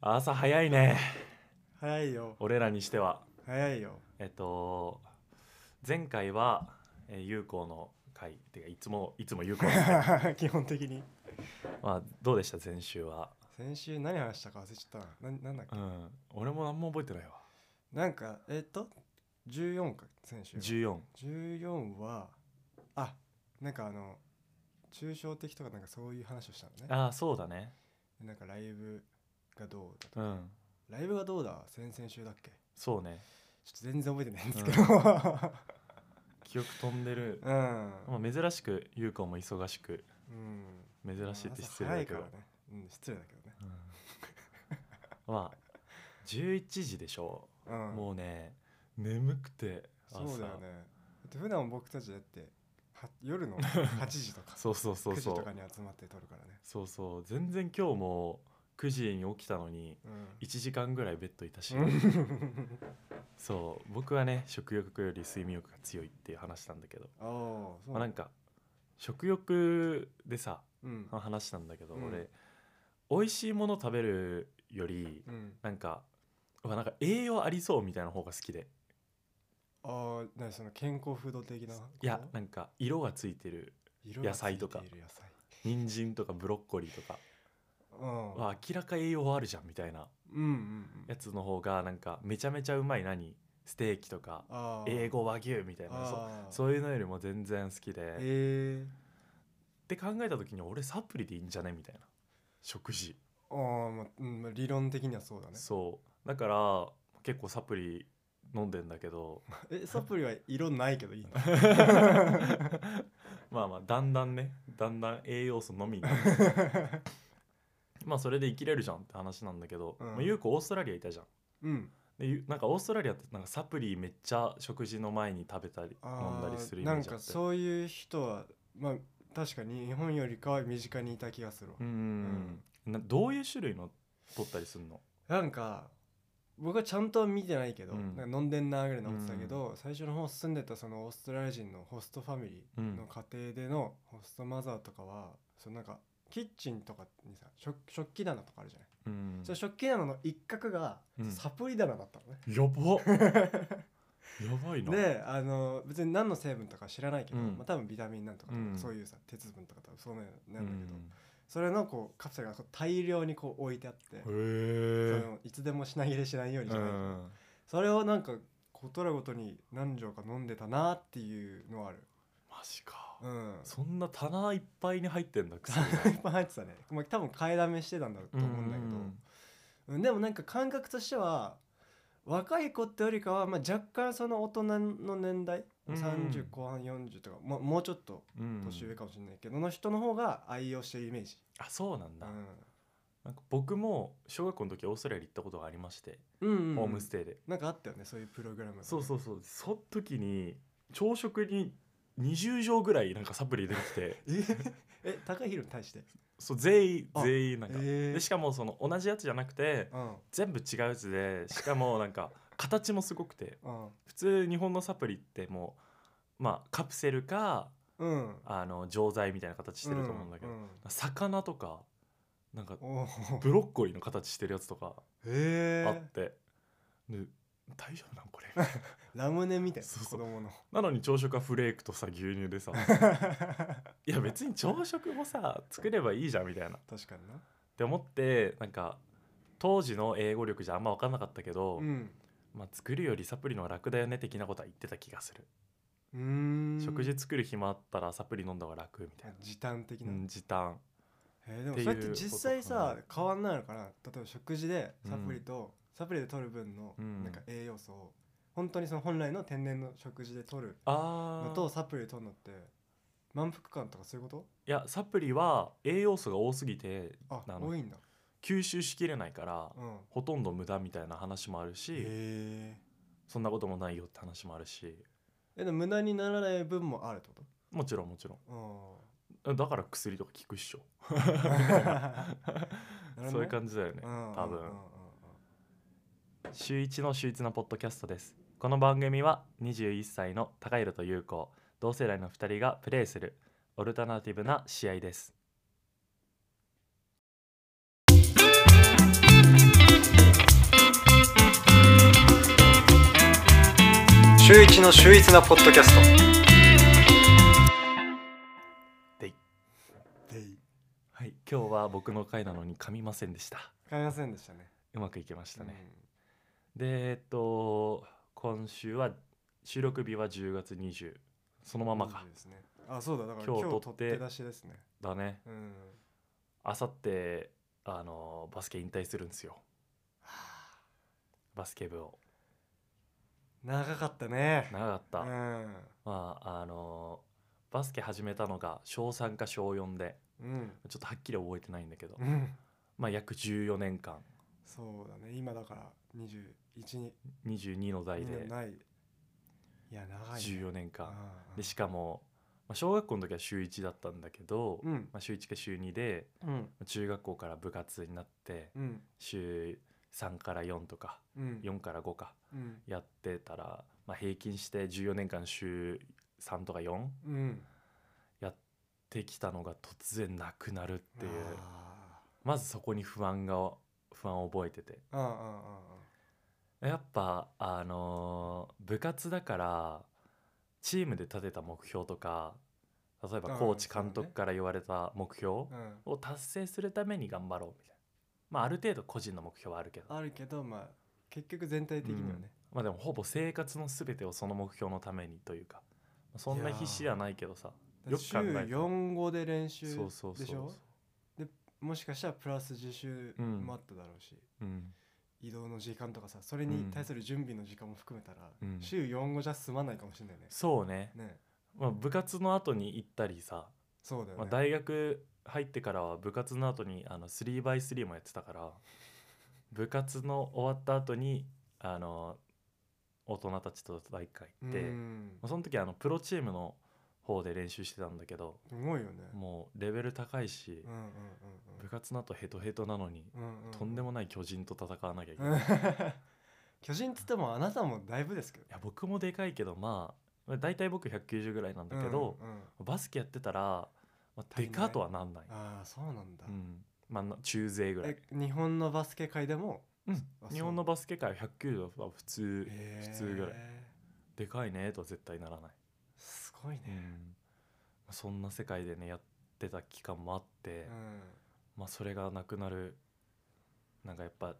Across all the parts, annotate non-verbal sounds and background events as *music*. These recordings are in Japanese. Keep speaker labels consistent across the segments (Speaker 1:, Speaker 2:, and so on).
Speaker 1: 朝早いね
Speaker 2: 早いよ
Speaker 1: 俺らにしては
Speaker 2: 早
Speaker 1: *laughs*
Speaker 2: いよ
Speaker 1: えっと前回はえー有効の会っていうかいつもいつも有
Speaker 2: *laughs*
Speaker 1: 効の会
Speaker 2: 基本的に
Speaker 1: まあどうでした先週は
Speaker 2: 先週何話したか忘れちゃったなななんだっけ
Speaker 1: うん俺も何も覚えてないわ
Speaker 2: なんかえっと14か先週
Speaker 1: 14
Speaker 2: 14はあなんかあの抽象的とかなんかそういう話をしたのね
Speaker 1: ああそうだね
Speaker 2: なんかライブがどうだと
Speaker 1: うん
Speaker 2: ライブがどうだ先々週だっけ
Speaker 1: そうね
Speaker 2: ちょっと全然覚えてないんですけど
Speaker 1: 記憶飛んでる、
Speaker 2: *laughs* うん、
Speaker 1: まあ、珍しく有効も忙しく
Speaker 2: うん、
Speaker 1: 珍しいって失
Speaker 2: 朝
Speaker 1: 礼
Speaker 2: 早
Speaker 1: だ
Speaker 2: い
Speaker 1: け
Speaker 2: から
Speaker 1: ど
Speaker 2: ね、うん、失礼だけどね
Speaker 1: うんまあ11時でしょ、
Speaker 2: うん
Speaker 1: もうね眠くて朝
Speaker 2: そうだよねだって普段僕たちだっては
Speaker 1: *laughs*
Speaker 2: 夜の8時とか
Speaker 1: そうそうそう
Speaker 2: 9時
Speaker 1: そ
Speaker 2: と
Speaker 1: う
Speaker 2: かに集まって撮るからね
Speaker 1: そうそう全然今日も9時に起きたのに1時間ぐらいベッドいたし、
Speaker 2: うん
Speaker 1: そう僕はね食欲より睡眠欲が強いっていう話なんだけど、
Speaker 2: *laughs* ああそう
Speaker 1: まあ、なんんか食欲でさ
Speaker 2: うん
Speaker 1: 話なんだけど、
Speaker 2: うん
Speaker 1: 俺美味しいもの食べるより
Speaker 2: うん
Speaker 1: なんかうわなんか栄養ありそうみたいな方が好きで
Speaker 2: ああなにその健康フード的ない
Speaker 1: やなんか色がついてる
Speaker 2: 色が
Speaker 1: 野菜とか
Speaker 2: ついている野菜
Speaker 1: 人参とかブロッコリーとか
Speaker 2: うん
Speaker 1: わ明らか栄養あるじゃんみたいな
Speaker 2: うんうんうん
Speaker 1: やつの方がなんかめちゃめちゃうまい何ステーキとか
Speaker 2: ああ
Speaker 1: 英語和牛みたいなそう
Speaker 2: ああ
Speaker 1: そういうのよりも全然好きで、っ
Speaker 2: ええ
Speaker 1: て考えた時に俺サプリでいいんじゃねみたいな食事
Speaker 2: ああまあうんまあ理論的にはそうだね
Speaker 1: そうだから結構サプリ飲んでんだけ
Speaker 2: *laughs*
Speaker 1: ど
Speaker 2: えサプリは色ないけどいいの
Speaker 1: まあまあだんだんねだんだん栄養素のみに
Speaker 2: *laughs*
Speaker 1: まあそれで生きれるじゃんって話なんだけど、
Speaker 2: うん
Speaker 1: まあ、ゆうこオーストラリアいたじゃん
Speaker 2: *laughs* うん
Speaker 1: でゆなんかオーストラリアってなんかサプリめっちゃ食事の前に食べたり飲んだりするイメ
Speaker 2: な
Speaker 1: ー
Speaker 2: ん
Speaker 1: ジあ
Speaker 2: か
Speaker 1: って
Speaker 2: そういう人はまあ確かに日本よりかは身近にいた気がするわ、
Speaker 1: うんうんうんなどういう種類の取ったりするの
Speaker 2: なんか僕はちゃんとは見てないけど、
Speaker 1: うん
Speaker 2: なんか飲んでんなぐらいの思ってたけど、最初の方住んでたそのオーストラリア人のホストファミリ
Speaker 1: う
Speaker 2: ー
Speaker 1: ん
Speaker 2: の家庭でのホストマザーとかはそのなんかキッチンとかにさ食食器棚とかあるじゃない、
Speaker 1: うん
Speaker 2: その食器棚の一角が
Speaker 1: うん
Speaker 2: サプリ棚だったのね、
Speaker 1: やばっやばいな
Speaker 2: であの別に何の成分とか知らないけど、
Speaker 1: うん
Speaker 2: まあ、多分ビタミンなんとか、
Speaker 1: うん
Speaker 2: そういうさ鉄分とか多分そうなんだけ
Speaker 1: う
Speaker 2: ど、
Speaker 1: ん
Speaker 2: それのこうカプセルがこう大量にこう置いてあって、
Speaker 1: へ
Speaker 2: そ
Speaker 1: え
Speaker 2: のいつでも品切れしないようにじ
Speaker 1: う
Speaker 2: ゃないけど、
Speaker 1: ん
Speaker 2: それをなんかことらごとに何錠か飲んでたなっていうのはある
Speaker 1: マジか
Speaker 2: うん
Speaker 1: そんな棚いっぱいに入ってんだ薬が
Speaker 2: *laughs* いっぱい入ってたね、まあ、多分買いだめしてたんだと思うんだけど、うんでもなんか感覚としては若い子ってよりかは、まあ、若干その大人の年代、
Speaker 1: うん
Speaker 2: 30後半40とかもうもうちょっと
Speaker 1: うん
Speaker 2: 年上かもしれないけど、の人の方が愛用してるイメージ、
Speaker 1: あそうなん
Speaker 2: う
Speaker 1: だ
Speaker 2: ん
Speaker 1: なんか僕も小学校の時オーストラリア行ったことがありまして
Speaker 2: うんうんうん
Speaker 1: ホームステイで
Speaker 2: なんかあったよねそういうプログラムがね
Speaker 1: そうそうそうその時に朝食に20錠ぐらいなんかサプリ出てき *laughs* て
Speaker 2: え *laughs* え高いヒーローに対して
Speaker 1: そう全員
Speaker 2: あ
Speaker 1: 全員なんか
Speaker 2: え
Speaker 1: でしかもその同じやつじゃなくて
Speaker 2: うん
Speaker 1: 全部違うやつでしかもなんか形もすごくて
Speaker 2: うん
Speaker 1: 普通日本のサプリってもうまあカプセルか
Speaker 2: うん
Speaker 1: あの錠剤みたいな形してると思うんだけど、
Speaker 2: ん
Speaker 1: 魚とかなんか
Speaker 2: おお
Speaker 1: *laughs* ブロッコリーの形してるやつとかあ
Speaker 2: へ
Speaker 1: っ
Speaker 2: え
Speaker 1: て、で大丈夫なんこれ *laughs*
Speaker 2: ラムネみたいな
Speaker 1: そうそう *laughs*
Speaker 2: 子供の
Speaker 1: なのに朝食はフレークとさ牛乳 *laughs* でさいや別に朝食もさ作ればいいじゃんみたいなっ
Speaker 2: 確かにな
Speaker 1: て思ってなんか当時の英語力じゃあんま分かんなかったけど、
Speaker 2: うん
Speaker 1: まあ、作るよりサプリの方が楽だよね的なことは言ってた気がする、
Speaker 2: うーん
Speaker 1: 食事作る暇あったらサプリ飲んだ方が楽みたい
Speaker 2: あ
Speaker 1: な、
Speaker 2: 時短的
Speaker 1: う
Speaker 2: な、
Speaker 1: ん、時短
Speaker 2: へえで
Speaker 1: っ
Speaker 2: も
Speaker 1: てい
Speaker 2: そうれって実際さ
Speaker 1: こ
Speaker 2: 変わんないのかな例えば食事で
Speaker 1: うん
Speaker 2: サプリと、サプリで取る分の
Speaker 1: うん
Speaker 2: なんか栄養素を本当にその本来の天然の食事で取る
Speaker 1: あ
Speaker 2: の
Speaker 1: あ
Speaker 2: とサプリで取るのって満腹感とかそういうこ
Speaker 1: いやサプリは栄養素が多すぎて
Speaker 2: とあ
Speaker 1: なの
Speaker 2: 多いんだ
Speaker 1: 吸収しきれないから、
Speaker 2: うんへ
Speaker 1: ほとんど無駄みたいな話もあるし、
Speaker 2: え
Speaker 1: そんなこともないよって話もあるし
Speaker 2: えでも無駄にならない分もあるってこ
Speaker 1: もちろんもちろ
Speaker 2: と
Speaker 1: んだから薬とか効くっしょ、
Speaker 2: うんなるほどね
Speaker 1: そういう感じだよね、
Speaker 2: うん
Speaker 1: 多分
Speaker 2: うんうんうん
Speaker 1: 週一の秀逸なポッドキャストですこの番組は21歳の高弘と優子同世代の2人がプレーするオルタナティブな試合です
Speaker 2: 週一の秀逸なポッドキャスト
Speaker 1: でい
Speaker 2: でい
Speaker 1: はい、今日は僕の回なのに噛みませんでした
Speaker 2: 買いませんでしたね
Speaker 1: うまくいけましたね、でえっと今週は収録日は10月20その
Speaker 2: う
Speaker 1: ま
Speaker 2: ん
Speaker 1: まか
Speaker 2: いいですねあそうだだから
Speaker 1: 今
Speaker 2: 今
Speaker 1: 日
Speaker 2: 日
Speaker 1: 撮って
Speaker 2: 取って出しですね
Speaker 1: だね
Speaker 2: うん
Speaker 1: あさってあのバスケ引退するんですよバスケ部を
Speaker 2: 長かったね
Speaker 1: 長かった、
Speaker 2: うん
Speaker 1: まああのバスケ始めたのが小3か小4で
Speaker 2: うん
Speaker 1: ちょっとはっきり覚えてないんだけど、
Speaker 2: うん
Speaker 1: まあ約14年間
Speaker 2: そうだね今だから21に
Speaker 1: 22の代で
Speaker 2: ないいや長いね
Speaker 1: 14年間、
Speaker 2: うんうん
Speaker 1: でしかも、まあ、小学校の時は週1だったんだけど、
Speaker 2: うん
Speaker 1: まあ、週1か週2で
Speaker 2: うん
Speaker 1: 中学校から部活になって
Speaker 2: うん
Speaker 1: 週3から4とか
Speaker 2: うん
Speaker 1: 4から5か
Speaker 2: うん
Speaker 1: やってたら、まあ、平均して14年間週3とか4
Speaker 2: うん
Speaker 1: やってきたのが突然なくなるっていう
Speaker 2: あ
Speaker 1: まずそこに不安が不安を覚えてて
Speaker 2: ーあーあ
Speaker 1: やっぱあのー部活だからチームで立てた目標とか例えば
Speaker 2: あー
Speaker 1: コーチ
Speaker 2: そうね
Speaker 1: 監督から言われた目標
Speaker 2: ーあーうん
Speaker 1: を達成するために頑張ろうみたいなまあある程度個人の目標はあるけど
Speaker 2: あるけどまあ結局全体的にはね
Speaker 1: まあでもほぼ生活の全てをその目標のためにというかそんな必死ではないけどさよく
Speaker 2: 週
Speaker 1: 考えたら
Speaker 2: 4号で練習
Speaker 1: そうそう
Speaker 2: でし
Speaker 1: そ
Speaker 2: ょもしかしたらプラス自習もあっただろうし、
Speaker 1: う、うん、
Speaker 2: 移動の時間とかさそれに対する準備の時間も含めたら、
Speaker 1: うん
Speaker 2: 週4号じゃ済まないかもしれないね。
Speaker 1: そうね、
Speaker 2: ね
Speaker 1: まあ、部活の後に行ったりさ、
Speaker 2: そうだよね。
Speaker 1: まあ、大学入ってからは部活の後にあの 3x3 もやってたから部活の終わった後にあの大人たちと大会行って、
Speaker 2: う
Speaker 1: ま
Speaker 2: ん
Speaker 1: あ、その時あのプロチームの方で練習してたんだけど
Speaker 2: すごいよね。
Speaker 1: もうレベル高いし、
Speaker 2: うんうんうん
Speaker 1: 部活の後ヘトヘトなのに、
Speaker 2: うんうんうん
Speaker 1: とんでもない巨人と戦わなきゃいけない、
Speaker 2: う
Speaker 1: い
Speaker 2: ん *laughs* 巨人つってもあなたもだいぶですけど。
Speaker 1: や僕もでかいけどまあ大体僕190ぐらいなんだけど、
Speaker 2: うんうん
Speaker 1: バスケやってたら、まあ、でかとはなんない、
Speaker 2: ああそうなんだ
Speaker 1: う。んまあな中勢ぐらい
Speaker 2: え、日本のバスケ界でも
Speaker 1: うん
Speaker 2: あ
Speaker 1: 日本のバスケ界は190は普通
Speaker 2: へー
Speaker 1: 普通ぐらいでかいねとは絶対ならない、
Speaker 2: すごいね。
Speaker 1: うんそんな世界でねやってた期間もあって、
Speaker 2: うん
Speaker 1: まあ、それがなくなるなんかやっぱ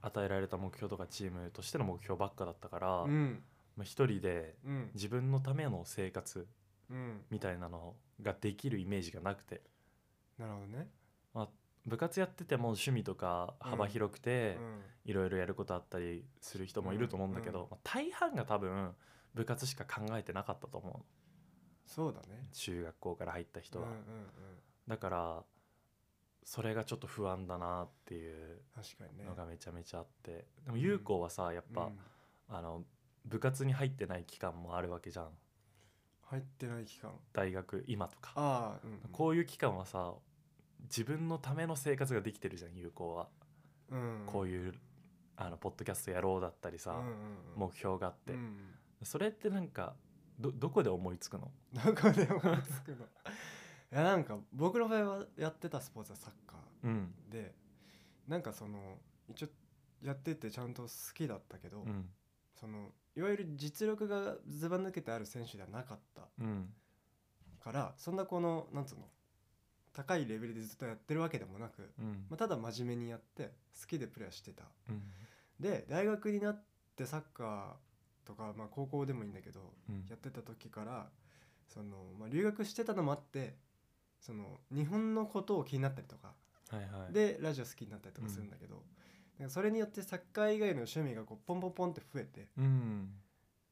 Speaker 1: 与えられた目標とかチームとしての目標ばっかだったから、
Speaker 2: うん
Speaker 1: まあ、一人で
Speaker 2: うん
Speaker 1: 自分のための生活
Speaker 2: うん。
Speaker 1: みたいなのができるイメージがなくて
Speaker 2: なるほどね。
Speaker 1: 部活やってても趣味とか幅広く
Speaker 2: う
Speaker 1: て
Speaker 2: ん
Speaker 1: いろいろやることあったりする人もいると思うんだけど、
Speaker 2: うんうん
Speaker 1: まあ大半が多分部活しか考えてなかったと思う
Speaker 2: そうだね。
Speaker 1: 中学校から入った人は、
Speaker 2: うんうんうん、
Speaker 1: だからそれがちょっと不安だなっていう
Speaker 2: 確かにね
Speaker 1: のがめちゃめちゃあってでも優子はさやっぱ、
Speaker 2: うん
Speaker 1: あの部活に入ってない期間もあるわけじゃん
Speaker 2: 入ってない期間
Speaker 1: 大学今とか
Speaker 2: ああ、うんうん、
Speaker 1: こういう期間はさ自分のための生活ができてるじゃん有効は、
Speaker 2: うん
Speaker 1: こう
Speaker 2: い
Speaker 1: いうあのポッドキャストやろうだったりさ、
Speaker 2: うんうんうん、
Speaker 1: 目標があって、
Speaker 2: うん
Speaker 1: それってなんかどどこで思いつくの
Speaker 2: どこでもつくの *laughs* いやなんか僕の場合はやってたスポーツはサッカ
Speaker 1: うん
Speaker 2: ーでなんかその一応やっててちゃんと好きだったけど、
Speaker 1: うん
Speaker 2: そのいわゆる実力がずば抜けてある選手ではなかった
Speaker 1: うん
Speaker 2: からそんなこのなんつうの高いレベルでずっとやってるわけでもなく、
Speaker 1: うん
Speaker 2: まあ、ただ真面目にやって好きでプレーしてた
Speaker 1: うん
Speaker 2: で大学になってサッカーとか、まあ、高校でもいいんだけど
Speaker 1: うん
Speaker 2: やってた時からその、まあ、留学してたのもあってその日本のことを気になったりとか
Speaker 1: はいはい
Speaker 2: でラジオ好きになったりとかするんだけど、なんかそれによってサッカー以外の趣味がこうポンポンポンって増えて
Speaker 1: うん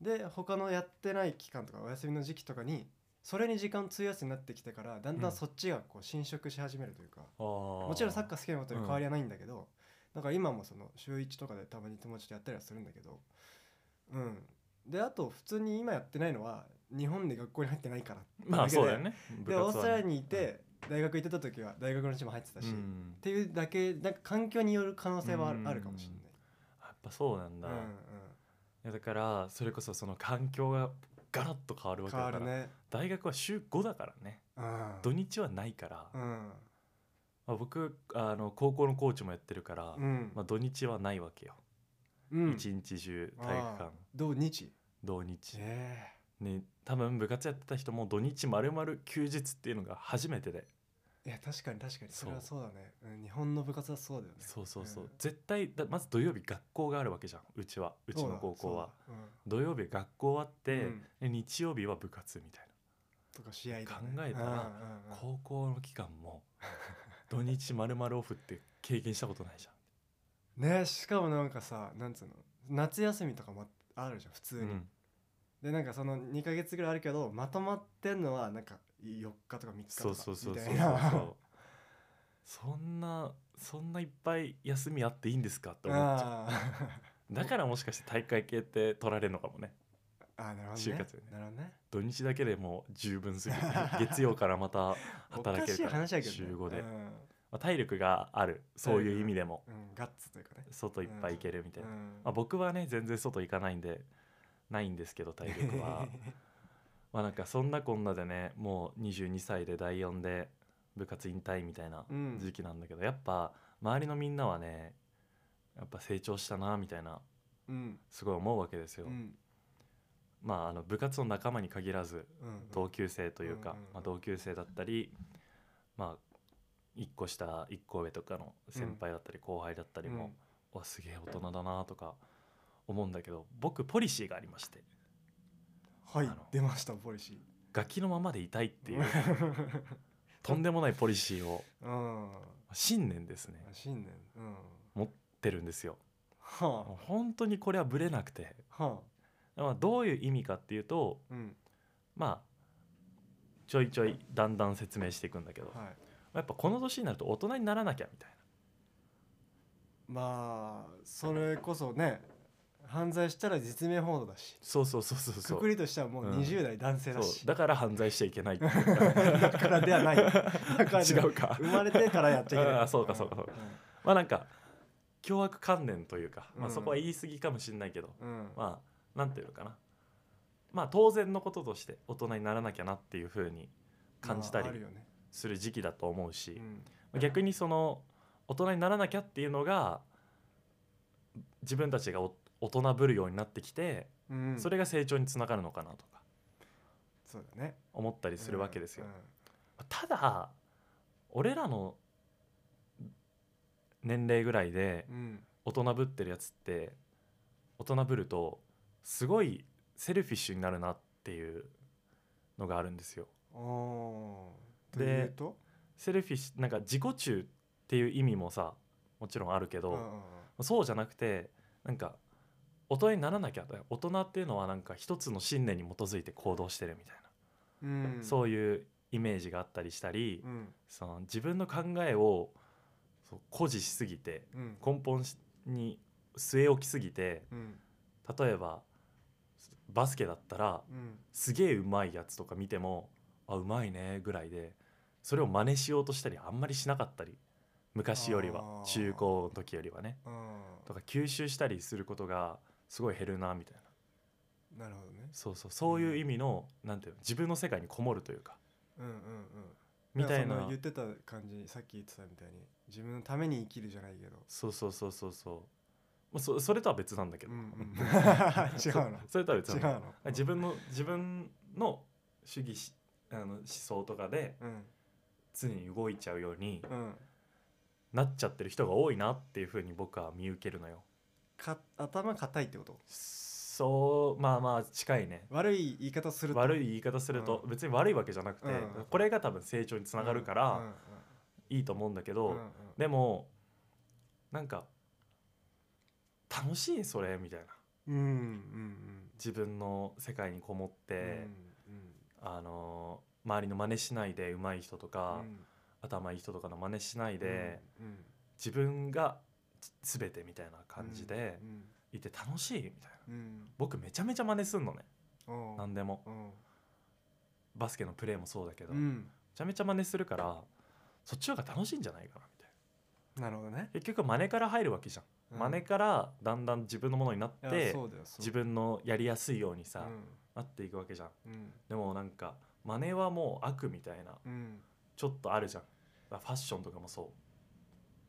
Speaker 2: で他のやってない期間とかお休みの時期とかにそれに時間を費やすようになってきてからだんだ
Speaker 1: うん
Speaker 2: んそっちがこう侵食し始めるというか、
Speaker 1: あも
Speaker 2: もちろんサッカー好きなことに変わりはないんだけど、だから今もその週1とかでたまに友達とやったりはするんだけどうんであと普通に今やってないのは日本で学校に入ってないからってい
Speaker 1: まあ
Speaker 2: けで
Speaker 1: そうだよね
Speaker 2: でオーストラリアにいて、大学行ってた時は大学のチーム入ってた
Speaker 1: だ
Speaker 2: し、
Speaker 1: う
Speaker 2: っ
Speaker 1: ん、
Speaker 2: ていうだけなんか環境による可能性はある,、
Speaker 1: うん
Speaker 2: あるかもしれない。
Speaker 1: やっぱそうなんだ、
Speaker 2: うん
Speaker 1: いやだからそれこそその環境がガラッと変わる
Speaker 2: う
Speaker 1: わ
Speaker 2: ん、
Speaker 1: け
Speaker 2: 変わ
Speaker 1: だか
Speaker 2: る
Speaker 1: ら、
Speaker 2: ね。
Speaker 1: 大学は週5だからね
Speaker 2: うん
Speaker 1: 土日はないから、
Speaker 2: うん
Speaker 1: まあ、僕あの高校のコーチもやってるから、
Speaker 2: うん
Speaker 1: まあ、土日はないわけよ
Speaker 2: うん
Speaker 1: 一、日中体育館
Speaker 2: 土日
Speaker 1: 土日、
Speaker 2: え
Speaker 1: ね、多分部活やってた人も土日丸々休日っていうのが初めてで
Speaker 2: えいや確かに確かに
Speaker 1: そう
Speaker 2: それはそうだねうん日本の部活はそうだよね
Speaker 1: そうそうそう、
Speaker 2: ん
Speaker 1: 絶対だまず土曜日学校があるわけじゃんうちはうち
Speaker 2: そう
Speaker 1: の
Speaker 2: だ
Speaker 1: 高校は
Speaker 2: そうだうん
Speaker 1: 土曜日学校終わって、
Speaker 2: うん
Speaker 1: で日曜日は部活みたい
Speaker 2: とか試合とかね
Speaker 1: 考えたら
Speaker 2: うんうんうん
Speaker 1: な、高校の期間も土日丸々オフって経験したことないじゃ
Speaker 2: ねしかもなんかさなんつうの夏休みとかもあるじゃん普通
Speaker 1: ん、
Speaker 2: に、でなんかその2ヶ月ぐらいあるけどまとまってんのはなんか4日とか3日とか
Speaker 1: そうそうそうそう
Speaker 2: み
Speaker 1: そ
Speaker 2: た
Speaker 1: う
Speaker 2: いな
Speaker 1: そんなそんないっぱい休みあっていいんですかって思っちゃ
Speaker 2: あ
Speaker 1: うだからもしかして大会系って取られるのかもね
Speaker 2: ーあーなるほどね
Speaker 1: 就活でね
Speaker 2: なるほどね
Speaker 1: 土日だけでもう十分
Speaker 2: *laughs*
Speaker 1: すぎる月曜からまた
Speaker 2: お
Speaker 1: 働
Speaker 2: か
Speaker 1: け
Speaker 2: しい
Speaker 1: るから
Speaker 2: 話だけど、ね、
Speaker 1: 週5で、
Speaker 2: う
Speaker 1: ま
Speaker 2: ん
Speaker 1: あ、体力があるそういう意味でも
Speaker 2: うんガッツというかね
Speaker 1: 外いっぱい行けるみたいな、
Speaker 2: うん
Speaker 1: まあ、僕はね全然外行かないんでないんですけど体力
Speaker 2: *laughs*
Speaker 1: はまあなんかそんなこんなでねもう22歳で第4で部活引退みたいな
Speaker 2: うん
Speaker 1: 時期なんだけど、やっぱ周りのみんなはねやっぱ成長したなみたいな
Speaker 2: うん
Speaker 1: すごい思うわけですよ、
Speaker 2: うん
Speaker 1: まああの部活の仲間に限らず
Speaker 2: うん
Speaker 1: 同級生というか、
Speaker 2: うんうんうん
Speaker 1: まあ、同級生だったりまあ1個下1個上とかの先輩だったり後輩だったりも、わすげえ大人だなとか思うんだけど僕ポリシーがありまして
Speaker 2: うんはい
Speaker 1: あの
Speaker 2: 出ましたポリシーっ
Speaker 1: ガキのままでいたいっていう *laughs* と
Speaker 2: と
Speaker 1: んでもないポリシーを
Speaker 2: *laughs* うん
Speaker 1: 信念ですね
Speaker 2: 新年うん
Speaker 1: 持ってるんですよもう
Speaker 2: は
Speaker 1: 本当にこれはブレなくて、
Speaker 2: あは
Speaker 1: まあ、どういう意味かっていうと
Speaker 2: あうん
Speaker 1: まあちょいちょいだんだん説明していくんだけど、
Speaker 2: はい
Speaker 1: やっぱこの年になると大人にならなきゃみたいな
Speaker 2: まあそれこそね犯罪したら実名報道だし
Speaker 1: そうそうそうそうそ
Speaker 2: く
Speaker 1: う
Speaker 2: くりとしてはもう
Speaker 1: うん
Speaker 2: 20代男性
Speaker 1: そう
Speaker 2: だし、
Speaker 1: だから犯罪しちゃいけないっていう
Speaker 2: *laughs* だからではないだから
Speaker 1: *laughs*
Speaker 2: で
Speaker 1: 違
Speaker 2: は
Speaker 1: うか
Speaker 2: 生まれてからやっちゃいけない
Speaker 1: *laughs* あそうかそうかそうかまあなんか凶悪観念というか、まあ、そこは言い過ぎかもしれないけど、
Speaker 2: うんうん
Speaker 1: まあなんていうのかなまあ当然のこととして大人にならなきゃなっていうふうに感じた
Speaker 2: まあある
Speaker 1: り
Speaker 2: よね
Speaker 1: する時期だと思うし、
Speaker 2: うん
Speaker 1: 逆にその大人にならなきゃっていうのが自分たちがお大人ぶるようになってきて、
Speaker 2: うん
Speaker 1: それが成長につながるのかなとか
Speaker 2: そうだね
Speaker 1: 思ったりするわけですよ。
Speaker 2: うん
Speaker 1: ただ俺らの年齢ぐらいで
Speaker 2: うん
Speaker 1: 大人ぶってるやつって大人ぶるとすごいセルフィッシュになるなっていうのがあるんですよ。
Speaker 2: うんおーと
Speaker 1: で
Speaker 2: いうと
Speaker 1: セルフィッシュなんか自己中っていう意味もさもちろんあるけど、
Speaker 2: うんうん
Speaker 1: そうじゃなくてなんか大人にならなきゃだ大人っていうのはなんか一つの信念に基づいて行動してるみたい
Speaker 2: うん
Speaker 1: な、
Speaker 2: うん
Speaker 1: そういうイメージがあったりしたり、
Speaker 2: うん
Speaker 1: その自分の考えをそう誇示しすぎて
Speaker 2: うん
Speaker 1: 根本しに据え置きすぎて
Speaker 2: うん
Speaker 1: 例えばバスケだったら
Speaker 2: うん
Speaker 1: すげえうまいやつとか見てもあうまいねぐらいでそれを真似しようとしたりあんまりしなかったり昔よりは
Speaker 2: あー
Speaker 1: 中高の時よりはね
Speaker 2: うん
Speaker 1: とか吸収したりすることがすごい減るなみたいな
Speaker 2: なるほどね
Speaker 1: そうそうそういう意味の、なんていうの自分の世界にこもるというか
Speaker 2: うんうんうん
Speaker 1: みたい
Speaker 2: だからそ
Speaker 1: な
Speaker 2: の言ってた感じさっき言ってたみたいに自分のために生きるじゃないけど
Speaker 1: そうそうそうそうそうまあそそれとは別なんだけ
Speaker 2: う
Speaker 1: ど、*laughs*
Speaker 2: んうん
Speaker 1: そ
Speaker 2: 違うの
Speaker 1: それとは別
Speaker 2: 違
Speaker 1: な
Speaker 2: う
Speaker 1: だ
Speaker 2: んの
Speaker 1: 自分の自分の主義しあの思想とかで
Speaker 2: うん
Speaker 1: 常に動いちゃうように
Speaker 2: うん
Speaker 1: なっちゃってる人が多いなっていうふうに僕は見受けるのよ
Speaker 2: か頭硬いってこと
Speaker 1: そうまあまあ近いね
Speaker 2: 悪い言い方すると
Speaker 1: 悪
Speaker 2: い
Speaker 1: い言い方すると、
Speaker 2: う
Speaker 1: 別に悪いわけじゃなくて、
Speaker 2: うん
Speaker 1: これが多分成長につ
Speaker 2: つ
Speaker 1: ながるからいいと思うんだけど、でもなんか楽しいそれみたいな
Speaker 2: うんうんうん
Speaker 1: 自分の世界にこもって、あのー周りの真似しないで上手い人とか、頭いい人とかの真似しないで、自分がつ全てみたいな感じでいて楽しいみたいな僕めちゃめちゃ真似すんのね何でもバスケのプレーもそうだけど、めちゃめちゃ真似するからそっちの方が楽しいんじゃないかなみたい
Speaker 2: なるほどね
Speaker 1: な結局真似から入るわけじゃん、真似からだんだん自分のものになって自分のやりやすいようにさ、なっていくわけじゃん
Speaker 2: うん
Speaker 1: でもなんか真似はもう悪みたいな
Speaker 2: うん
Speaker 1: ちょっとあるじゃんファッションとかもそう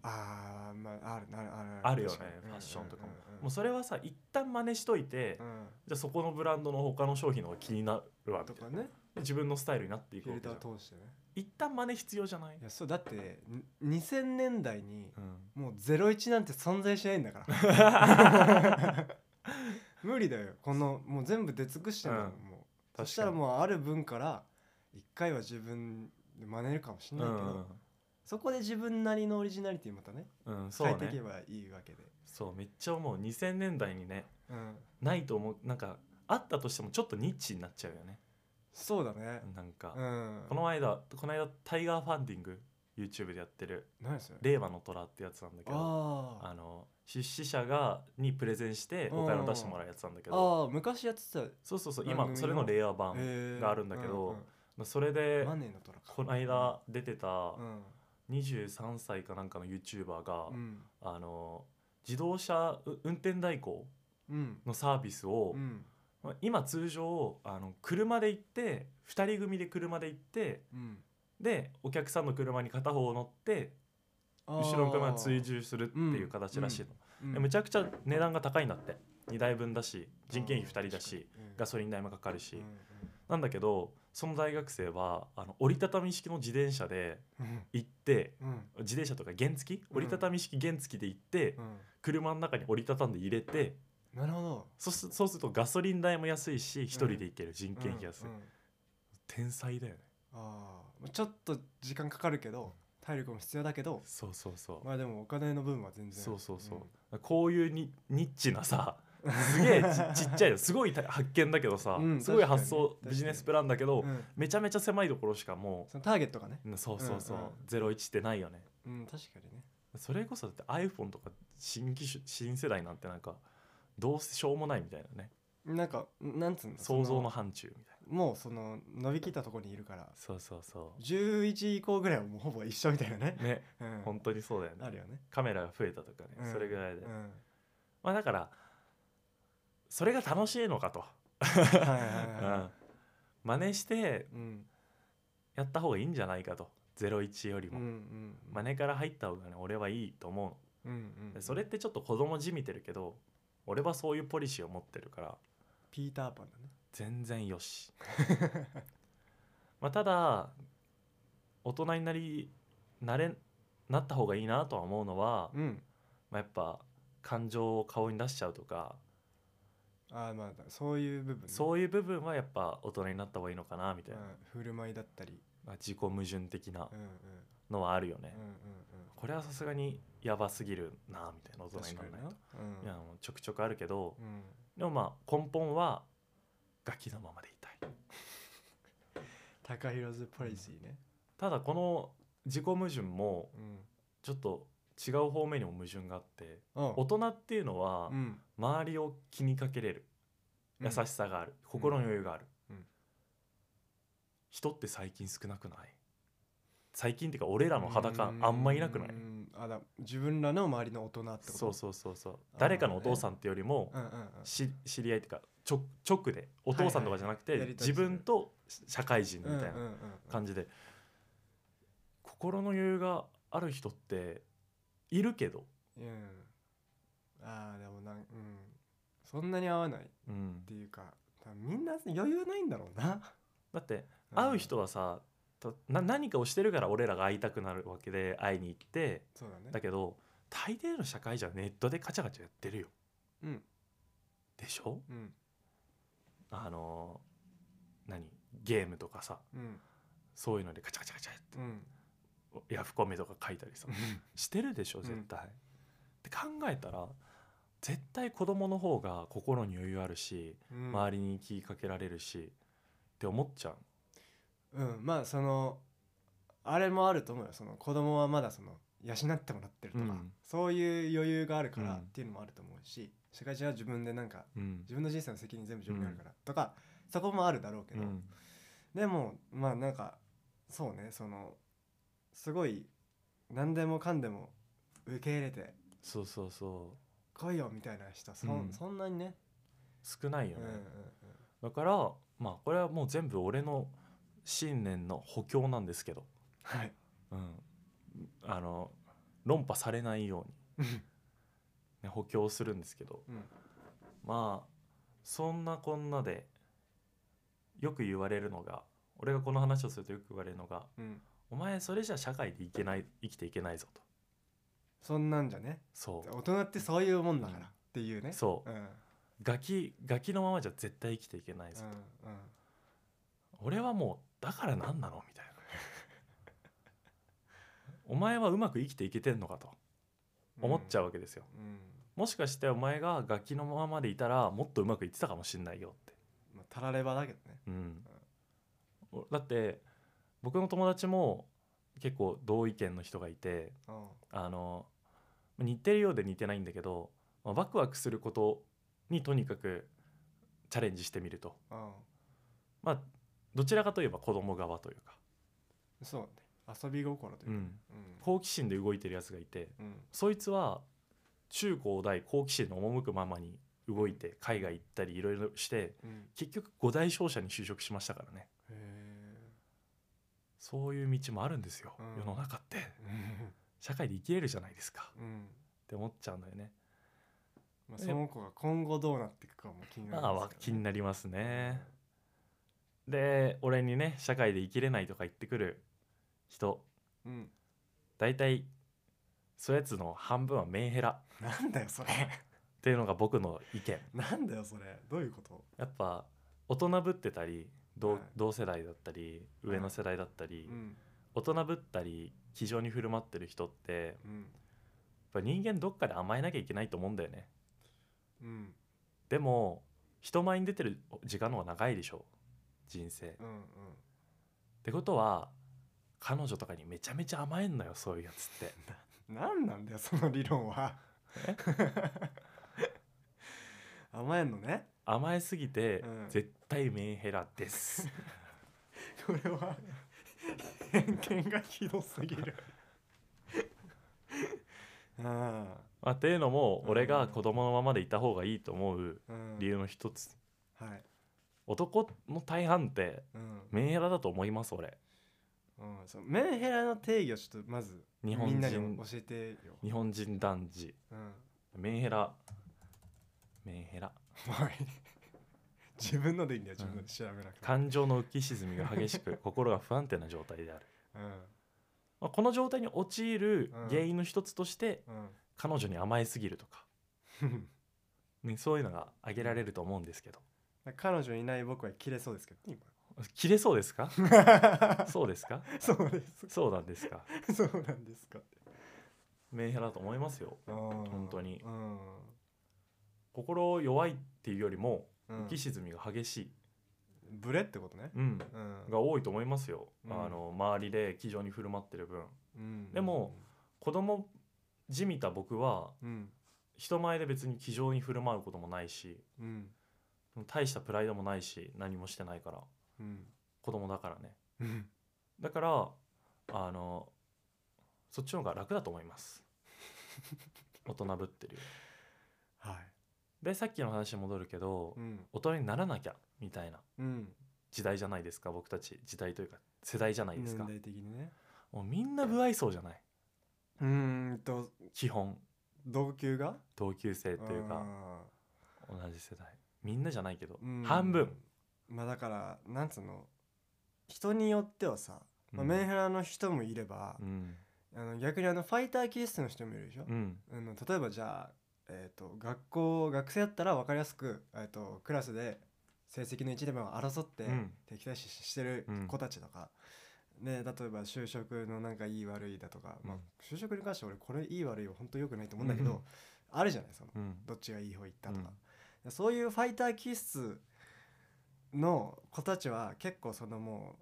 Speaker 2: ああまああるあるある
Speaker 1: あるよねファッションとかも,、もうそれはさ一旦真似しといて、じゃあそこのブランドの他の商品の方が気になるわみ
Speaker 2: と
Speaker 1: たい
Speaker 2: か
Speaker 1: な、
Speaker 2: ね
Speaker 1: 自分のスタイルになっていく
Speaker 2: フィ
Speaker 1: わ
Speaker 2: ル
Speaker 1: けじ
Speaker 2: タ
Speaker 1: ゃん
Speaker 2: ー通してね
Speaker 1: 一旦真似必要じゃない
Speaker 2: いやそうだってに2000年代に
Speaker 1: うん
Speaker 2: もう01なんて存在しないんだから
Speaker 1: *laughs*
Speaker 2: 無理だよこのもう全部出尽くしてんだもん、
Speaker 1: うん
Speaker 2: もう
Speaker 1: か
Speaker 2: そ
Speaker 1: に
Speaker 2: したらもうある分から一回は自分で真似るかもしれないけど、そこで自分なりのオリジナリティまたね
Speaker 1: うん、うん、そう
Speaker 2: 変えていけ
Speaker 1: ね
Speaker 2: ばいいわけで
Speaker 1: そうめっちゃ思う2000年代にね
Speaker 2: うん
Speaker 1: ないと思うなんかあったとしてもちょっとニッチになっちゃうよね
Speaker 2: そうだね
Speaker 1: なんか、
Speaker 2: うん
Speaker 1: この前だこの間タイガーファンディング YouTube でやってる
Speaker 2: 何それ
Speaker 1: 「令和の虎」ってやつなんだけど
Speaker 2: あ
Speaker 1: あの出資者がにプレゼンしてお金を出してもらうやつなんだけ
Speaker 2: ー
Speaker 1: ど
Speaker 2: あー昔やってたへ
Speaker 1: そうそうそう
Speaker 2: 番組
Speaker 1: 今
Speaker 2: の
Speaker 1: それの令和版、
Speaker 2: ー
Speaker 1: があるんだけど
Speaker 2: うん
Speaker 1: まあそれ
Speaker 2: うん
Speaker 1: で
Speaker 2: マネーの虎か
Speaker 1: この間出てた
Speaker 2: うん
Speaker 1: 23歳かなんかの YouTuber が、
Speaker 2: うん
Speaker 1: あの自動車う運転代行
Speaker 2: うん
Speaker 1: のサービスを、
Speaker 2: うん
Speaker 1: まあ今通常あの車で行って2人組で車で行って
Speaker 2: うん
Speaker 1: でお客さんの車に片方乗って
Speaker 2: あー
Speaker 1: 後ろの車に追従するっていう形らしいの、
Speaker 2: うん
Speaker 1: でむちゃくちゃ値段が高いんだって2台分だし人件費2人だ
Speaker 2: 確
Speaker 1: し
Speaker 2: かにうん
Speaker 1: ガソリン代もかかるし、
Speaker 2: う
Speaker 1: なんだけどその大学生はあの折りたたみ式の自転車で
Speaker 2: んうん
Speaker 1: 行って
Speaker 2: うん
Speaker 1: 自転車とか原付き
Speaker 2: うん
Speaker 1: 折りたたみ式原付きで行って、
Speaker 2: うん
Speaker 1: 車の中に折りたたんで入れて
Speaker 2: なるほど
Speaker 1: そうすそうするとガソリン代も安いし1人で行ける人件費安い、
Speaker 2: うんうん
Speaker 1: 天才だよね
Speaker 2: ああちょっと時間かかるけど体力も必要だけど
Speaker 1: そうそうそう、
Speaker 2: まあでもお金の分は全然
Speaker 1: そうそうそう、こういうにニッチなさすげえち
Speaker 2: *laughs*
Speaker 1: ちっちゃいのすごいた発見だけどさ、
Speaker 2: うん
Speaker 1: すごい
Speaker 2: 確かに
Speaker 1: 発想
Speaker 2: 確かに
Speaker 1: ビジネスプランだけど、
Speaker 2: うんうん
Speaker 1: めちゃめちゃ狭いところしかも
Speaker 2: そのターゲットがね
Speaker 1: ううんそうそうそう、
Speaker 2: うんうん
Speaker 1: ゼロ01ってないよね
Speaker 2: うん確かにね
Speaker 1: それこそだって iPhone とか新機種新世代なんてなんかどうせしょうもないみたいなね
Speaker 2: なんかなんつうの
Speaker 1: 想像の範疇みたいな
Speaker 2: そのもうその伸びきったところにいるから
Speaker 1: そうそうそ
Speaker 2: 11以降ぐらいはもうほぼ一緒みたいなね
Speaker 1: うね
Speaker 2: うん
Speaker 1: 本当にそうだよね
Speaker 2: あるよね
Speaker 1: カメラが増えたとかね、
Speaker 2: うん
Speaker 1: それぐらいで、
Speaker 2: うん
Speaker 1: まあだからそれが楽しいのかと、
Speaker 2: はいは
Speaker 1: う
Speaker 2: いは
Speaker 1: ん、真似して *laughs*
Speaker 2: いうん
Speaker 1: やった方がいいんじゃないかと01より
Speaker 2: うんう
Speaker 1: も、
Speaker 2: んうん
Speaker 1: 真似から入った方がね俺はいいと思
Speaker 2: うん
Speaker 1: う
Speaker 2: う
Speaker 1: で
Speaker 2: ん
Speaker 1: それってちょっと子供じみてるけど俺はそういうポリシーを持ってるから
Speaker 2: ピーターパンだね
Speaker 1: 全然よし *laughs* まあただ大人になりなれなった方がいいなとは思うのは、
Speaker 2: うん
Speaker 1: まあ、やっぱ感情を顔に出しちゃうとか、
Speaker 2: ああまあそういう部分ね
Speaker 1: そういう部分はやっぱ大人になった方がいいのかなみたいな、
Speaker 2: うん振る舞いだったり
Speaker 1: まあ自己矛盾的な
Speaker 2: うんうん
Speaker 1: のはあるよね、
Speaker 2: うんうん
Speaker 1: これはさすがにやばすぎるなみたいな
Speaker 2: うん
Speaker 1: 大人にならないと
Speaker 2: 確かに
Speaker 1: い
Speaker 2: な
Speaker 1: やもうちょくちょくあるけど、
Speaker 2: うんうん
Speaker 1: でもまあ根本はガキのままでいたい
Speaker 2: 高広ズポリシーね
Speaker 1: ただこの自己矛盾も
Speaker 2: うん
Speaker 1: ちょっと違う方面にも矛盾があって大人っていうのは
Speaker 2: うん
Speaker 1: 周りを気にかけれる優しさがある、心の余裕がある、
Speaker 2: うん
Speaker 1: 人って最近少なくない最近っていうか俺らの裸あんまいなくない
Speaker 2: うんあだ自分らの周りの大人ってこと
Speaker 1: そうそうそうそう
Speaker 2: あー
Speaker 1: 誰かのお父さんってよりも、
Speaker 2: うんうんうん
Speaker 1: し知り合いっていうかちょ直でお父さんとかじゃなくて、
Speaker 2: はいはいやり
Speaker 1: 自
Speaker 2: 取りする
Speaker 1: 分と社会人みたいな
Speaker 2: うんうんうん
Speaker 1: 感じで、心の余裕がある人っているけど、
Speaker 2: うんああでもなんうんそんなに合わないっ
Speaker 1: うん
Speaker 2: ていうか多分みんな余裕ないんだろうな
Speaker 1: だって
Speaker 2: うん
Speaker 1: 会う人はさ、たな何かをしてるから俺らが会いたくなるわけで会いに行って
Speaker 2: そうだね
Speaker 1: だけど大抵の社会じゃネットでカチャカチャやってるよ
Speaker 2: うん
Speaker 1: でしょ
Speaker 2: うん
Speaker 1: あのー何ゲームとかさ
Speaker 2: うん
Speaker 1: そういうのでカチャカチャカチャや
Speaker 2: う
Speaker 1: *laughs*
Speaker 2: ん
Speaker 1: ってヤフコメとか書いたりさしてるでしょ絶対、って考えたら絶対子供の方が心に余裕あるし、
Speaker 2: うん
Speaker 1: 周りに気かけられるしって思っちゃう
Speaker 2: うんまあそのあれもあると思うよその子供はまだその養ってもらってるとか、
Speaker 1: うん
Speaker 2: そういう余裕があるか
Speaker 1: う
Speaker 2: ら
Speaker 1: ん
Speaker 2: っていうのもあると思うし、社会人は自分でなんか
Speaker 1: うん
Speaker 2: 自分の人生の責任全部自分にあるからとか、そこもあるだろうけど、でもまあなんかそうねそのすごい何でもかんでも受け入れて
Speaker 1: そうそうそう
Speaker 2: 来いよみたいな人そ,、
Speaker 1: うん
Speaker 2: ん、そんなにね、
Speaker 1: 少ないよ
Speaker 2: うん
Speaker 1: ね
Speaker 2: うん、
Speaker 1: だからまあこれはもう全部俺の信念の補強なんですけど、
Speaker 2: はい
Speaker 1: うん、あの論破されないように、ね、補強するんですけど、
Speaker 2: うん
Speaker 1: まあそんなこんなでよく言われるのが俺がこの話をするとよく言われるのが
Speaker 2: うん、
Speaker 1: 「お前それじゃ社会でいけない生きていけないぞ」と。
Speaker 2: そんなんじゃね
Speaker 1: そう
Speaker 2: 大人ってそういうもんだから
Speaker 1: うん
Speaker 2: っていうね、
Speaker 1: そう
Speaker 2: んうん
Speaker 1: ガキガキのままじゃ絶対生きていけないぞ、俺はもうだから何なのみたいなお前はうまく生きていけてんのかと思っちゃうわけですよ、
Speaker 2: うん、うん
Speaker 1: もしかしてお前がガキのままでいたらもっとうまくいってたかもしんないよって、
Speaker 2: まあ、たらればだけどね
Speaker 1: うん、おだって僕の友達も結構同意見の人がいて
Speaker 2: うん
Speaker 1: あの似てるようで似てないんだけど、まあワクワクすることにとにかくチャレンジしてみると
Speaker 2: うん
Speaker 1: まあどちらかといえば子供側というか、
Speaker 2: そうね遊び心というか、うん
Speaker 1: 好奇心で動いてるやつがいて
Speaker 2: うん
Speaker 1: そいつは中高大好奇心の赴くままに動いて海外行ったりいろいろして
Speaker 2: うん、
Speaker 1: 結局五大商社に就職しましたからね
Speaker 2: へえ
Speaker 1: そういう道もあるんですよ、
Speaker 2: うん
Speaker 1: 世の中って社会で生きれるじゃないですか
Speaker 2: うん
Speaker 1: って思っちゃうんだよね、
Speaker 2: まあ、その子が今後どうなっていくかも気になり
Speaker 1: まあ
Speaker 2: ま
Speaker 1: わ
Speaker 2: す
Speaker 1: 気
Speaker 2: ね
Speaker 1: になりますねで俺にね社会で生きれないとか言ってくる人
Speaker 2: うん、
Speaker 1: 大体そういうやつの半分はメンヘラっ
Speaker 2: なんだよそれ
Speaker 1: ていうのが僕の意見
Speaker 2: *laughs* なんだよそれどういうこと
Speaker 1: やっぱ大人ぶってたり同,、
Speaker 2: はい
Speaker 1: 同世代だったり上の世代だったり、
Speaker 2: うん
Speaker 1: 大人ぶったり気丈に振る舞ってる人ってやっ
Speaker 2: うん
Speaker 1: ぱ人間どっかで甘えなきゃいけないと思うんだよね
Speaker 2: うん
Speaker 1: でも人前に出てる時間の方が長いでしょ人生っ
Speaker 2: うんうん
Speaker 1: てことは彼女とかにめちゃめちゃ甘えんのよそういうやつって
Speaker 2: なんなんだよその理論は *laughs* 甘えんのね
Speaker 1: 甘えすぎて、
Speaker 2: うん
Speaker 1: 絶対メンヘラです
Speaker 2: *laughs* これは偏見がひどすぎる *laughs* うん
Speaker 1: まあ、っていうのも
Speaker 2: うん
Speaker 1: 俺が子供のままでいた方がいいと思う
Speaker 2: うん
Speaker 1: 理由の一つ、
Speaker 2: はい
Speaker 1: 男の大半って
Speaker 2: うん
Speaker 1: メンヘラだと思います俺
Speaker 2: うん、そうメンヘラの定義をちょっとまず
Speaker 1: 日
Speaker 2: みん
Speaker 1: 本
Speaker 2: なに教
Speaker 1: 人
Speaker 2: えてよ、
Speaker 1: 日本人男児
Speaker 2: うん、
Speaker 1: メンヘラメンヘラ
Speaker 2: おい *laughs* 自分のでいいんだよ自分ので調べなくても、
Speaker 1: 感情の浮き沈みが激しく心が不安定な状態であ
Speaker 2: *laughs*
Speaker 1: る、
Speaker 2: うん
Speaker 1: まあ、この状態に陥る原因の一つとして、彼女に甘えすぎるとか、
Speaker 2: うん
Speaker 1: ね、そういうのが挙げられると思うんですけど
Speaker 2: 彼女い *laughs* ない僕は切れそうですけどね
Speaker 1: *laughs* 切れそうです
Speaker 2: *laughs*
Speaker 1: か
Speaker 2: 今
Speaker 1: そうですか
Speaker 2: そうです
Speaker 1: そうなんですか
Speaker 2: そうなんですか
Speaker 1: メンヘラだと思いますよ
Speaker 2: 本
Speaker 1: 当に
Speaker 2: うん
Speaker 1: 心弱いっていうよりも
Speaker 2: うん
Speaker 1: 浮き沈みが激しい、
Speaker 2: ブレってことね
Speaker 1: うん
Speaker 2: うん
Speaker 1: が多いと思いますよ、
Speaker 2: うん
Speaker 1: あの周りで気丈に振る舞ってる分
Speaker 2: うん
Speaker 1: でも子供じみた僕は
Speaker 2: うん
Speaker 1: 人前で別に気丈に振る舞うこともないし
Speaker 2: うん
Speaker 1: 大したプライドもないし何もしてないから
Speaker 2: うん
Speaker 1: 子供だからね
Speaker 2: うん *laughs*
Speaker 1: だからあのそっちの方が楽だと思います *laughs* 大人ぶってるよ
Speaker 2: はい
Speaker 1: でさっきの話に戻るけど、
Speaker 2: うん
Speaker 1: 大人にならなきゃみたいな
Speaker 2: うん
Speaker 1: 時代じゃないですか僕たち時代というか世代じゃないです
Speaker 2: 年
Speaker 1: か
Speaker 2: 代的にね
Speaker 1: もうみんな不愛想じゃないう
Speaker 2: ーんと
Speaker 1: 基本
Speaker 2: 同級が
Speaker 1: 同級生というか
Speaker 2: ん
Speaker 1: 同じ世代みんなじゃないけど、
Speaker 2: うん
Speaker 1: 半分、
Speaker 2: まあだからなんつうの人によってはさ、まあ、
Speaker 1: うん
Speaker 2: メンヘラの人もいれば
Speaker 1: う、ん
Speaker 2: あの逆にあのファイター気質の人もいるでしょ、
Speaker 1: うん
Speaker 2: あの例えばじゃあ、えー、と学校学生だったら分かりやすく、えー、とクラスで成績の一番を争って
Speaker 1: うん
Speaker 2: 敵対視してる子たちとか、ね、例えば就職のなんかいい悪いだとか、まあ
Speaker 1: うん、
Speaker 2: 就職に関しては俺これいい悪いは本当良くないと思うんだけど、
Speaker 1: うん
Speaker 2: あるじゃないその
Speaker 1: うん
Speaker 2: どっちがいい方行ったと
Speaker 1: うん
Speaker 2: か、そういうファイター気質の子たちは結構そのも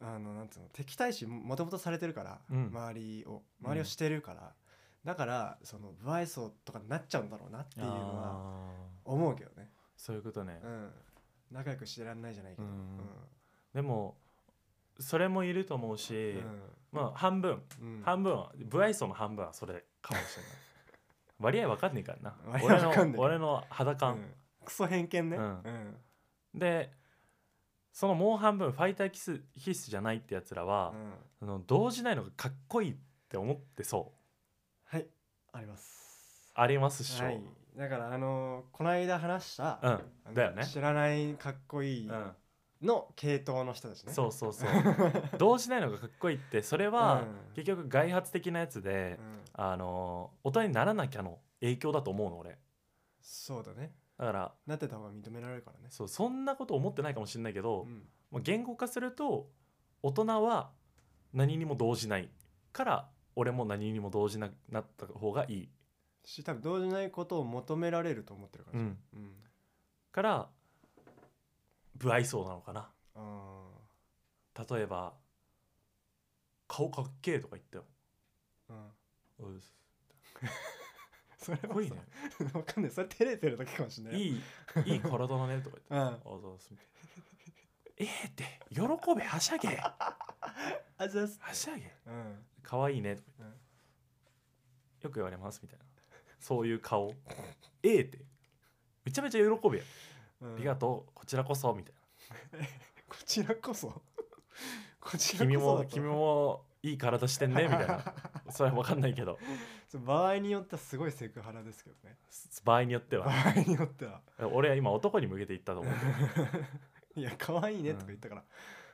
Speaker 2: うあのなんつうの敵対視もともとされてるから、
Speaker 1: うん
Speaker 2: 周りを
Speaker 1: うん
Speaker 2: 周りをしてるから、だからその不愛想とかになっちゃうんだろうなっていうのは
Speaker 1: あー
Speaker 2: 思うけどね、
Speaker 1: そういうことね、
Speaker 2: うん、仲良くしてらんないじゃないけど、
Speaker 1: う
Speaker 2: うんん
Speaker 1: でもそれもいると思うし、まあ半分、
Speaker 2: うんうん
Speaker 1: 半分は不愛想の半分はそれかもしれ
Speaker 2: *laughs*
Speaker 1: ない割合わかんねえからな
Speaker 2: 割合
Speaker 1: 俺
Speaker 2: わかんね
Speaker 1: の
Speaker 2: え
Speaker 1: 俺の肌
Speaker 2: う
Speaker 1: 感、
Speaker 2: んクソ偏見ね、
Speaker 1: う
Speaker 2: うんん
Speaker 1: でそのもう半分ファイターキス必須じゃないってやつらは、あの動じないのがかっこいいって思ってそ
Speaker 2: あります
Speaker 1: ありますっしょ、
Speaker 2: はいだからあのーこの間話した、
Speaker 1: うん
Speaker 2: あの
Speaker 1: だよね
Speaker 2: 知らないかっこいい
Speaker 1: うん
Speaker 2: の系統の人たちね
Speaker 1: そうそうそう
Speaker 2: *laughs*
Speaker 1: 動じないのがかっこいいってそれは
Speaker 2: うん
Speaker 1: 結局外発的なやつで、
Speaker 2: うん
Speaker 1: あの大人にならなきゃの影響だと思うの俺
Speaker 2: そうだね
Speaker 1: だから
Speaker 2: なってた方が認められるからね
Speaker 1: そうそんなこと思ってないかもしれないけど、
Speaker 2: うん
Speaker 1: まあ言語化すると大人は何にも動じないから俺も何にも動じなくなった方がいい
Speaker 2: し多分動じないことを求められると思ってるから
Speaker 1: うん
Speaker 2: うん
Speaker 1: から不愛想なのかな
Speaker 2: あ
Speaker 1: 例えば「顔かっけえ」とか言ったよ
Speaker 2: ー
Speaker 1: *laughs*
Speaker 2: うん
Speaker 1: うんす
Speaker 2: それ
Speaker 1: ご
Speaker 2: はいさ
Speaker 1: ね
Speaker 2: *laughs* わかんないそれ照れてるだけかもしれないい
Speaker 1: いいいい体だねとか言って
Speaker 2: うんあ
Speaker 1: 「あざっす」みたいな「ええって喜べはしゃげは
Speaker 2: ざっす
Speaker 1: しゃげ
Speaker 2: うん
Speaker 1: かわいいね」とか言って、よく言われます」みたいなそういう顔「ええってめちゃめちゃ喜べよ
Speaker 2: うん
Speaker 1: ありがとうこちらこそ」みたいな
Speaker 2: こちらこそ *laughs*
Speaker 1: 「
Speaker 2: こちらこそ
Speaker 1: 君も
Speaker 2: だと
Speaker 1: 君もいい体してんね」みたいなそれは分かんないけど
Speaker 2: そう場合によってはすごいセクハラですけど
Speaker 1: *laughs*
Speaker 2: ね
Speaker 1: 場合によって
Speaker 2: 場
Speaker 1: は
Speaker 2: 合によっては
Speaker 1: 俺は今男に向けて言ったと思う
Speaker 2: *laughs* いや可愛いねとか言ったから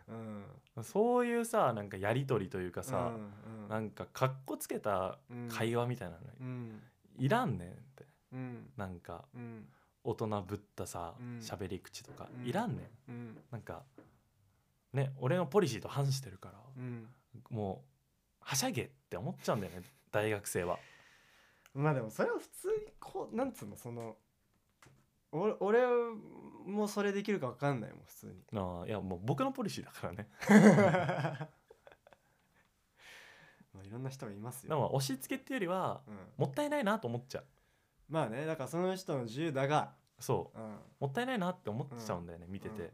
Speaker 2: うん
Speaker 1: そういうさなんかやり取りというかさ、
Speaker 2: うんうん
Speaker 1: なんかかっこつけた会話みたいなの、
Speaker 2: うん
Speaker 1: いらんねんって
Speaker 2: うん
Speaker 1: なんか
Speaker 2: うん
Speaker 1: 大人ぶったさ
Speaker 2: うん
Speaker 1: 喋、り口とか、
Speaker 2: うん
Speaker 1: いらんねん
Speaker 2: うん
Speaker 1: なんかね俺のポリシーと反してるから、
Speaker 2: うん
Speaker 1: もうはしゃげって思っちゃうんだよね *laughs* 大学生は
Speaker 2: まあでもそれは普通にこうなんつうのその俺俺もそれできるかわかんないもん普通
Speaker 1: *laughs*
Speaker 2: に
Speaker 1: ああいやもう僕のポリシーだからね
Speaker 2: まあいろんな人がいます
Speaker 1: で
Speaker 2: よ、
Speaker 1: も押し付けっていうよりは
Speaker 2: うん、
Speaker 1: もったいないなと思っちゃう
Speaker 2: まあねだからその人の自由だが
Speaker 1: そう
Speaker 2: うん
Speaker 1: もったいないなって思っちゃうんだよね、見てて、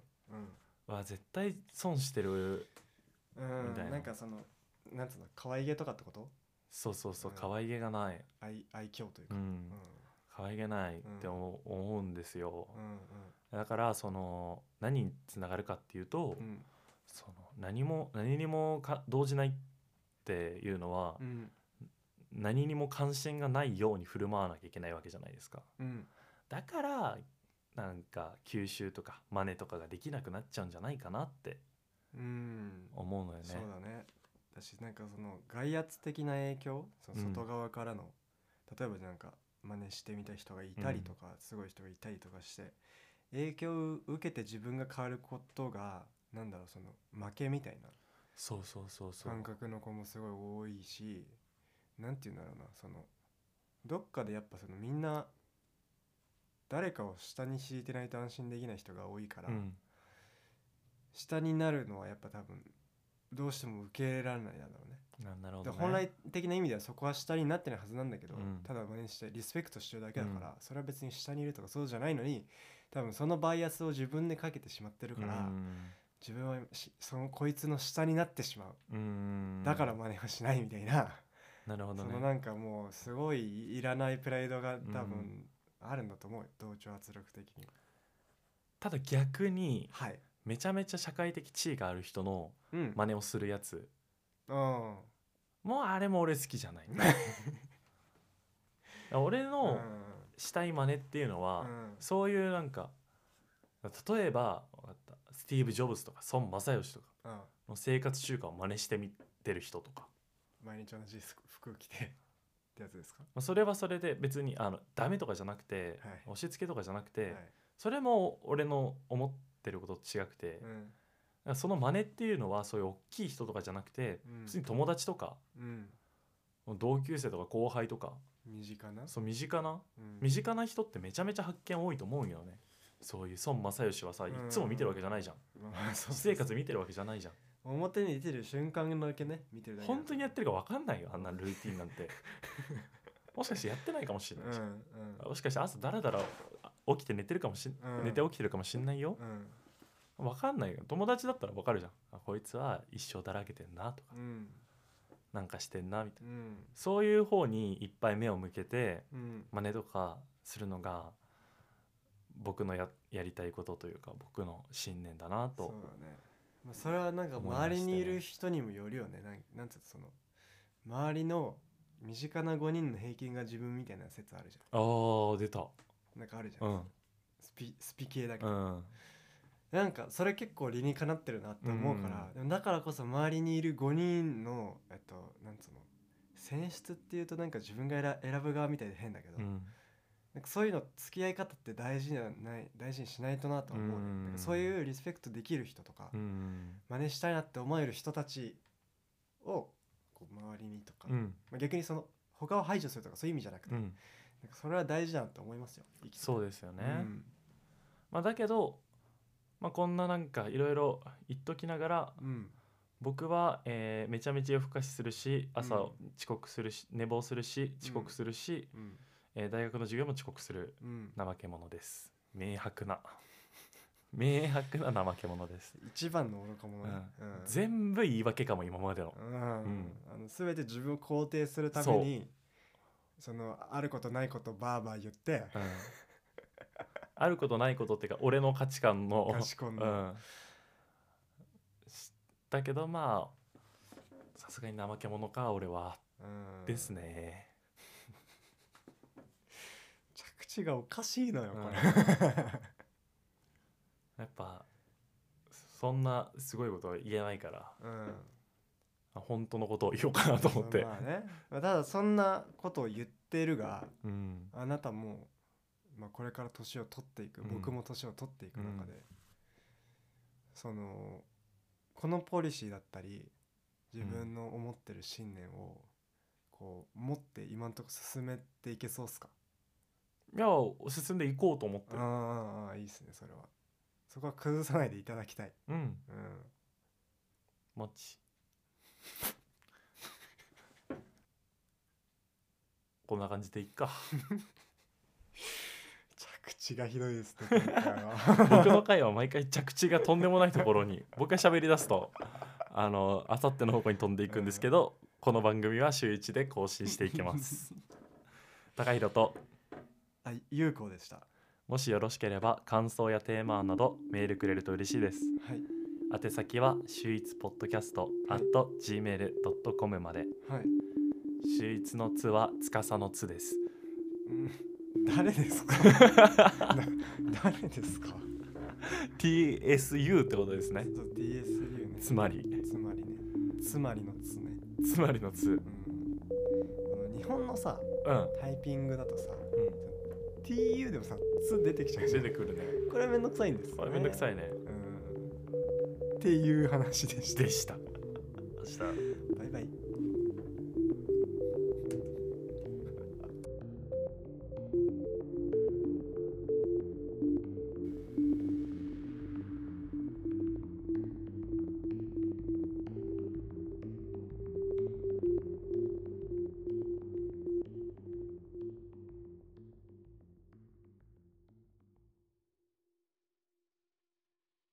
Speaker 1: うわ絶対損してる
Speaker 2: うん、うん、
Speaker 1: みたいな
Speaker 2: なんかそのなんつうの可愛げとかってこと
Speaker 1: そうそうそう
Speaker 2: うん
Speaker 1: 可愛げがない、
Speaker 2: 愛愛嬌という
Speaker 1: う
Speaker 2: か、
Speaker 1: ん、可愛げないって思う思うんですよ、
Speaker 2: うんうん
Speaker 1: だからその何につながるかっていうと、
Speaker 2: うん
Speaker 1: その何も何にもか動じないっていうのは、
Speaker 2: うん
Speaker 1: 何にも関心がないように振る舞わなきゃいけないわけじゃないですか
Speaker 2: うん
Speaker 1: だからなんか吸収とか真似とかができなくなっちゃうんじゃないかなって
Speaker 2: うん
Speaker 1: 思うのよね
Speaker 2: そうだねだしなんかその外圧的な影響その
Speaker 1: うん
Speaker 2: 外側からの、例えばなんか真似してみた人がいたりとか、すごい人がいたりとかして影響を受けて自分が変わることがなんだろうその負けみたいな
Speaker 1: そうそうそうそう
Speaker 2: 感覚の子もすごい多いしなんて言うんだろうなそのどっかでやっぱそのみんな誰かを下に敷いてないと安心できない人が多いから、
Speaker 1: うん
Speaker 2: 下になるのはやっぱ多分どうしても受け入れられないんだろうね
Speaker 1: ななるほ
Speaker 2: だ
Speaker 1: ど、
Speaker 2: か
Speaker 1: ね、
Speaker 2: ら本来的な意味ではそこは下になってないはずなんだけど、
Speaker 1: うん
Speaker 2: ただ真似してリスペクトしてるだけだから、それは別に下にいるとかそうじゃないのに多分そのバイアスを自分でかけてしまってるから、
Speaker 1: うん
Speaker 2: 自分はしそのこいつの下になってしまう
Speaker 1: うん
Speaker 2: だから真似はしないみたいな、
Speaker 1: なるほど
Speaker 2: そ
Speaker 1: ね
Speaker 2: のなんかもうすごいいらないプライドが多
Speaker 1: う
Speaker 2: 分あるんだと思うよ、同調圧力的に
Speaker 1: ただ逆に
Speaker 2: はい
Speaker 1: めちゃめちゃ社会的地位がある人の
Speaker 2: うん、
Speaker 1: 真似をするやつ
Speaker 2: うん
Speaker 1: もうあれも俺好きじゃない
Speaker 2: *laughs*
Speaker 1: 俺
Speaker 2: うん
Speaker 1: のしたい真似っていうのは、
Speaker 2: うん
Speaker 1: そういうなんか例えばわかったスティーブ・ジョブズとか孫正義とか
Speaker 2: うん
Speaker 1: の生活習慣を真似してみてる人とか、
Speaker 2: 毎日同じ服服着てってやつですか
Speaker 1: まあ、それはそれで別にあのダメとかじゃなくて、
Speaker 2: はい
Speaker 1: 押し付けとかじゃなくて、
Speaker 2: はい
Speaker 1: それも俺の思ってることと違くて
Speaker 2: う、ん
Speaker 1: なんかその真似っていうのはそういう大きい人とかじゃなくて、
Speaker 2: うん
Speaker 1: 普通に友達とか
Speaker 2: うん
Speaker 1: 同級生とか後輩とか
Speaker 2: 身近な
Speaker 1: そう身近な
Speaker 2: うん
Speaker 1: 身近な人ってめちゃめちゃ発見多いと思うよねそういう孫正義はさいっつも見てるわけじゃないじゃん
Speaker 2: *laughs* まあそう
Speaker 1: 私生活見てるわけじゃないじゃん
Speaker 2: 表に出てる瞬間だけね見てるだけだ
Speaker 1: 本当にやってるか分かんないよあんなルーティンなん
Speaker 2: *laughs*
Speaker 1: てもしかしてやってないかもしれな
Speaker 2: う
Speaker 1: い
Speaker 2: ん
Speaker 1: じゃん、
Speaker 2: うん
Speaker 1: もしかして朝だらだらあ起きて寝てるかもしん、
Speaker 2: うん
Speaker 1: 寝て起きてるかもしんないよ
Speaker 2: うん
Speaker 1: 分かんないよ友達だったら分かるじゃんあこいつは一生だらけてんなとか
Speaker 2: うん
Speaker 1: なんかしてんなみたいな
Speaker 2: うん
Speaker 1: そういう方にいっぱい目を向けて
Speaker 2: うん
Speaker 1: 真似とかするのが僕のややりたいことというか僕の信念だな
Speaker 2: そう
Speaker 1: と
Speaker 2: だねまあそれはなんか
Speaker 1: 思いました
Speaker 2: 周
Speaker 1: ね
Speaker 2: りにいる人にもよるよねなんなんつうのその周りの身近な5人の平均が自分みたいな説あるじ
Speaker 1: あー出た
Speaker 2: ゃんなんかあるじゃ、
Speaker 1: うんん
Speaker 2: スピスピ系だけ
Speaker 1: う
Speaker 2: ど、
Speaker 1: ん
Speaker 2: なんかそれ結構理にかなってるなって思うから、でもだからこそ周りにいる5人のえっとなんつうの選出っていうとなんか自分が選選ぶ側みたいで変だけど、
Speaker 1: うん
Speaker 2: なんかそういうの付き合い方って大事じゃない大事にしないとなと思うね、
Speaker 1: うん
Speaker 2: なんかそういうリスペクトできる人とか、
Speaker 1: うん
Speaker 2: 真似したいなって思える人たちをこう周りにとか、
Speaker 1: う
Speaker 2: ま
Speaker 1: ん
Speaker 2: あ、逆にその他を排除するとかそういう意味じゃなくて、
Speaker 1: うん
Speaker 2: なんかそれは大事だなって思いますよ
Speaker 1: そううですよね、まあだけど、まあ、こんななんかいろいろ言っときながら
Speaker 2: うん、うん
Speaker 1: 僕は、えーめちゃめちゃ夜更かしするし朝
Speaker 2: うん
Speaker 1: 遅刻するし、寝坊するし遅刻するし、
Speaker 2: うん
Speaker 1: えー大学の授業も遅刻する
Speaker 2: うん、
Speaker 1: 怠け者です明白な *laughs* 明白な怠け者です
Speaker 2: 一番の愚か者ね、うん
Speaker 1: 全部言い訳かも今までの
Speaker 2: うん
Speaker 1: うん
Speaker 2: あの全て自分を肯定するためにそのあることないことバーバー言って
Speaker 1: うんあることないことっていうか俺の価値観の
Speaker 2: 賢いうの、
Speaker 1: んしだけどまあさすがに怠け者か俺は、
Speaker 2: うん
Speaker 1: ですね
Speaker 2: 着地がおかしいのよこれ、
Speaker 1: やっぱそんなすごいことは言えないから *laughs*
Speaker 2: うん
Speaker 1: 本当のことを言おうかなと思って、
Speaker 2: まあねまあただそんなことを言ってるが
Speaker 1: うん
Speaker 2: あなたも、まあ、これから年を取っていく、
Speaker 1: うん
Speaker 2: 僕も年を取っていく中で、
Speaker 1: う
Speaker 2: そのこのポリシーだったり自分の思ってる信念をこう持って今んとこ進めていけそうっすか、
Speaker 1: いや進んでいこうと思ってる
Speaker 2: ああいいっすねそれはそこは崩さないでいただきたい、
Speaker 1: うん
Speaker 2: うん、
Speaker 1: マッチこんな感じでいっか
Speaker 2: 着地がひどいですね今回
Speaker 1: *laughs*
Speaker 2: は *laughs*
Speaker 1: 僕の回は毎回着地がとんでもないところに僕が喋り出すとあのあさっての方向に飛んでいくんですけど、この番組は週1で更新していきます *laughs* 高弘と
Speaker 2: あ有効でしたは
Speaker 1: もしよろしければ感想やテーマ案などメールくれると嬉しいです
Speaker 2: い
Speaker 1: 宛先は週一ポッドキャスト at gmail.com まで
Speaker 2: はい
Speaker 1: 週一の「つ」は司の「つ」です
Speaker 2: うん誰で
Speaker 1: *laughs*
Speaker 2: すかな誰ですか
Speaker 1: TSU ってことですね
Speaker 2: そう DSU ね
Speaker 1: つまり
Speaker 2: つまりねつまりのつね、
Speaker 1: つまりの「つ」
Speaker 2: うん、あの日本のさ
Speaker 1: うん、
Speaker 2: タイピングだとさ
Speaker 1: うん、
Speaker 2: TU でもさ「つ」出てきちゃうじゃ
Speaker 1: 出
Speaker 2: ん
Speaker 1: てくるね
Speaker 2: これめんどくさいんですよ
Speaker 1: こ
Speaker 2: ね
Speaker 1: れめんどくさ
Speaker 2: い、
Speaker 1: いね
Speaker 2: うん、っていう話でした
Speaker 1: でした明日
Speaker 2: バイバイ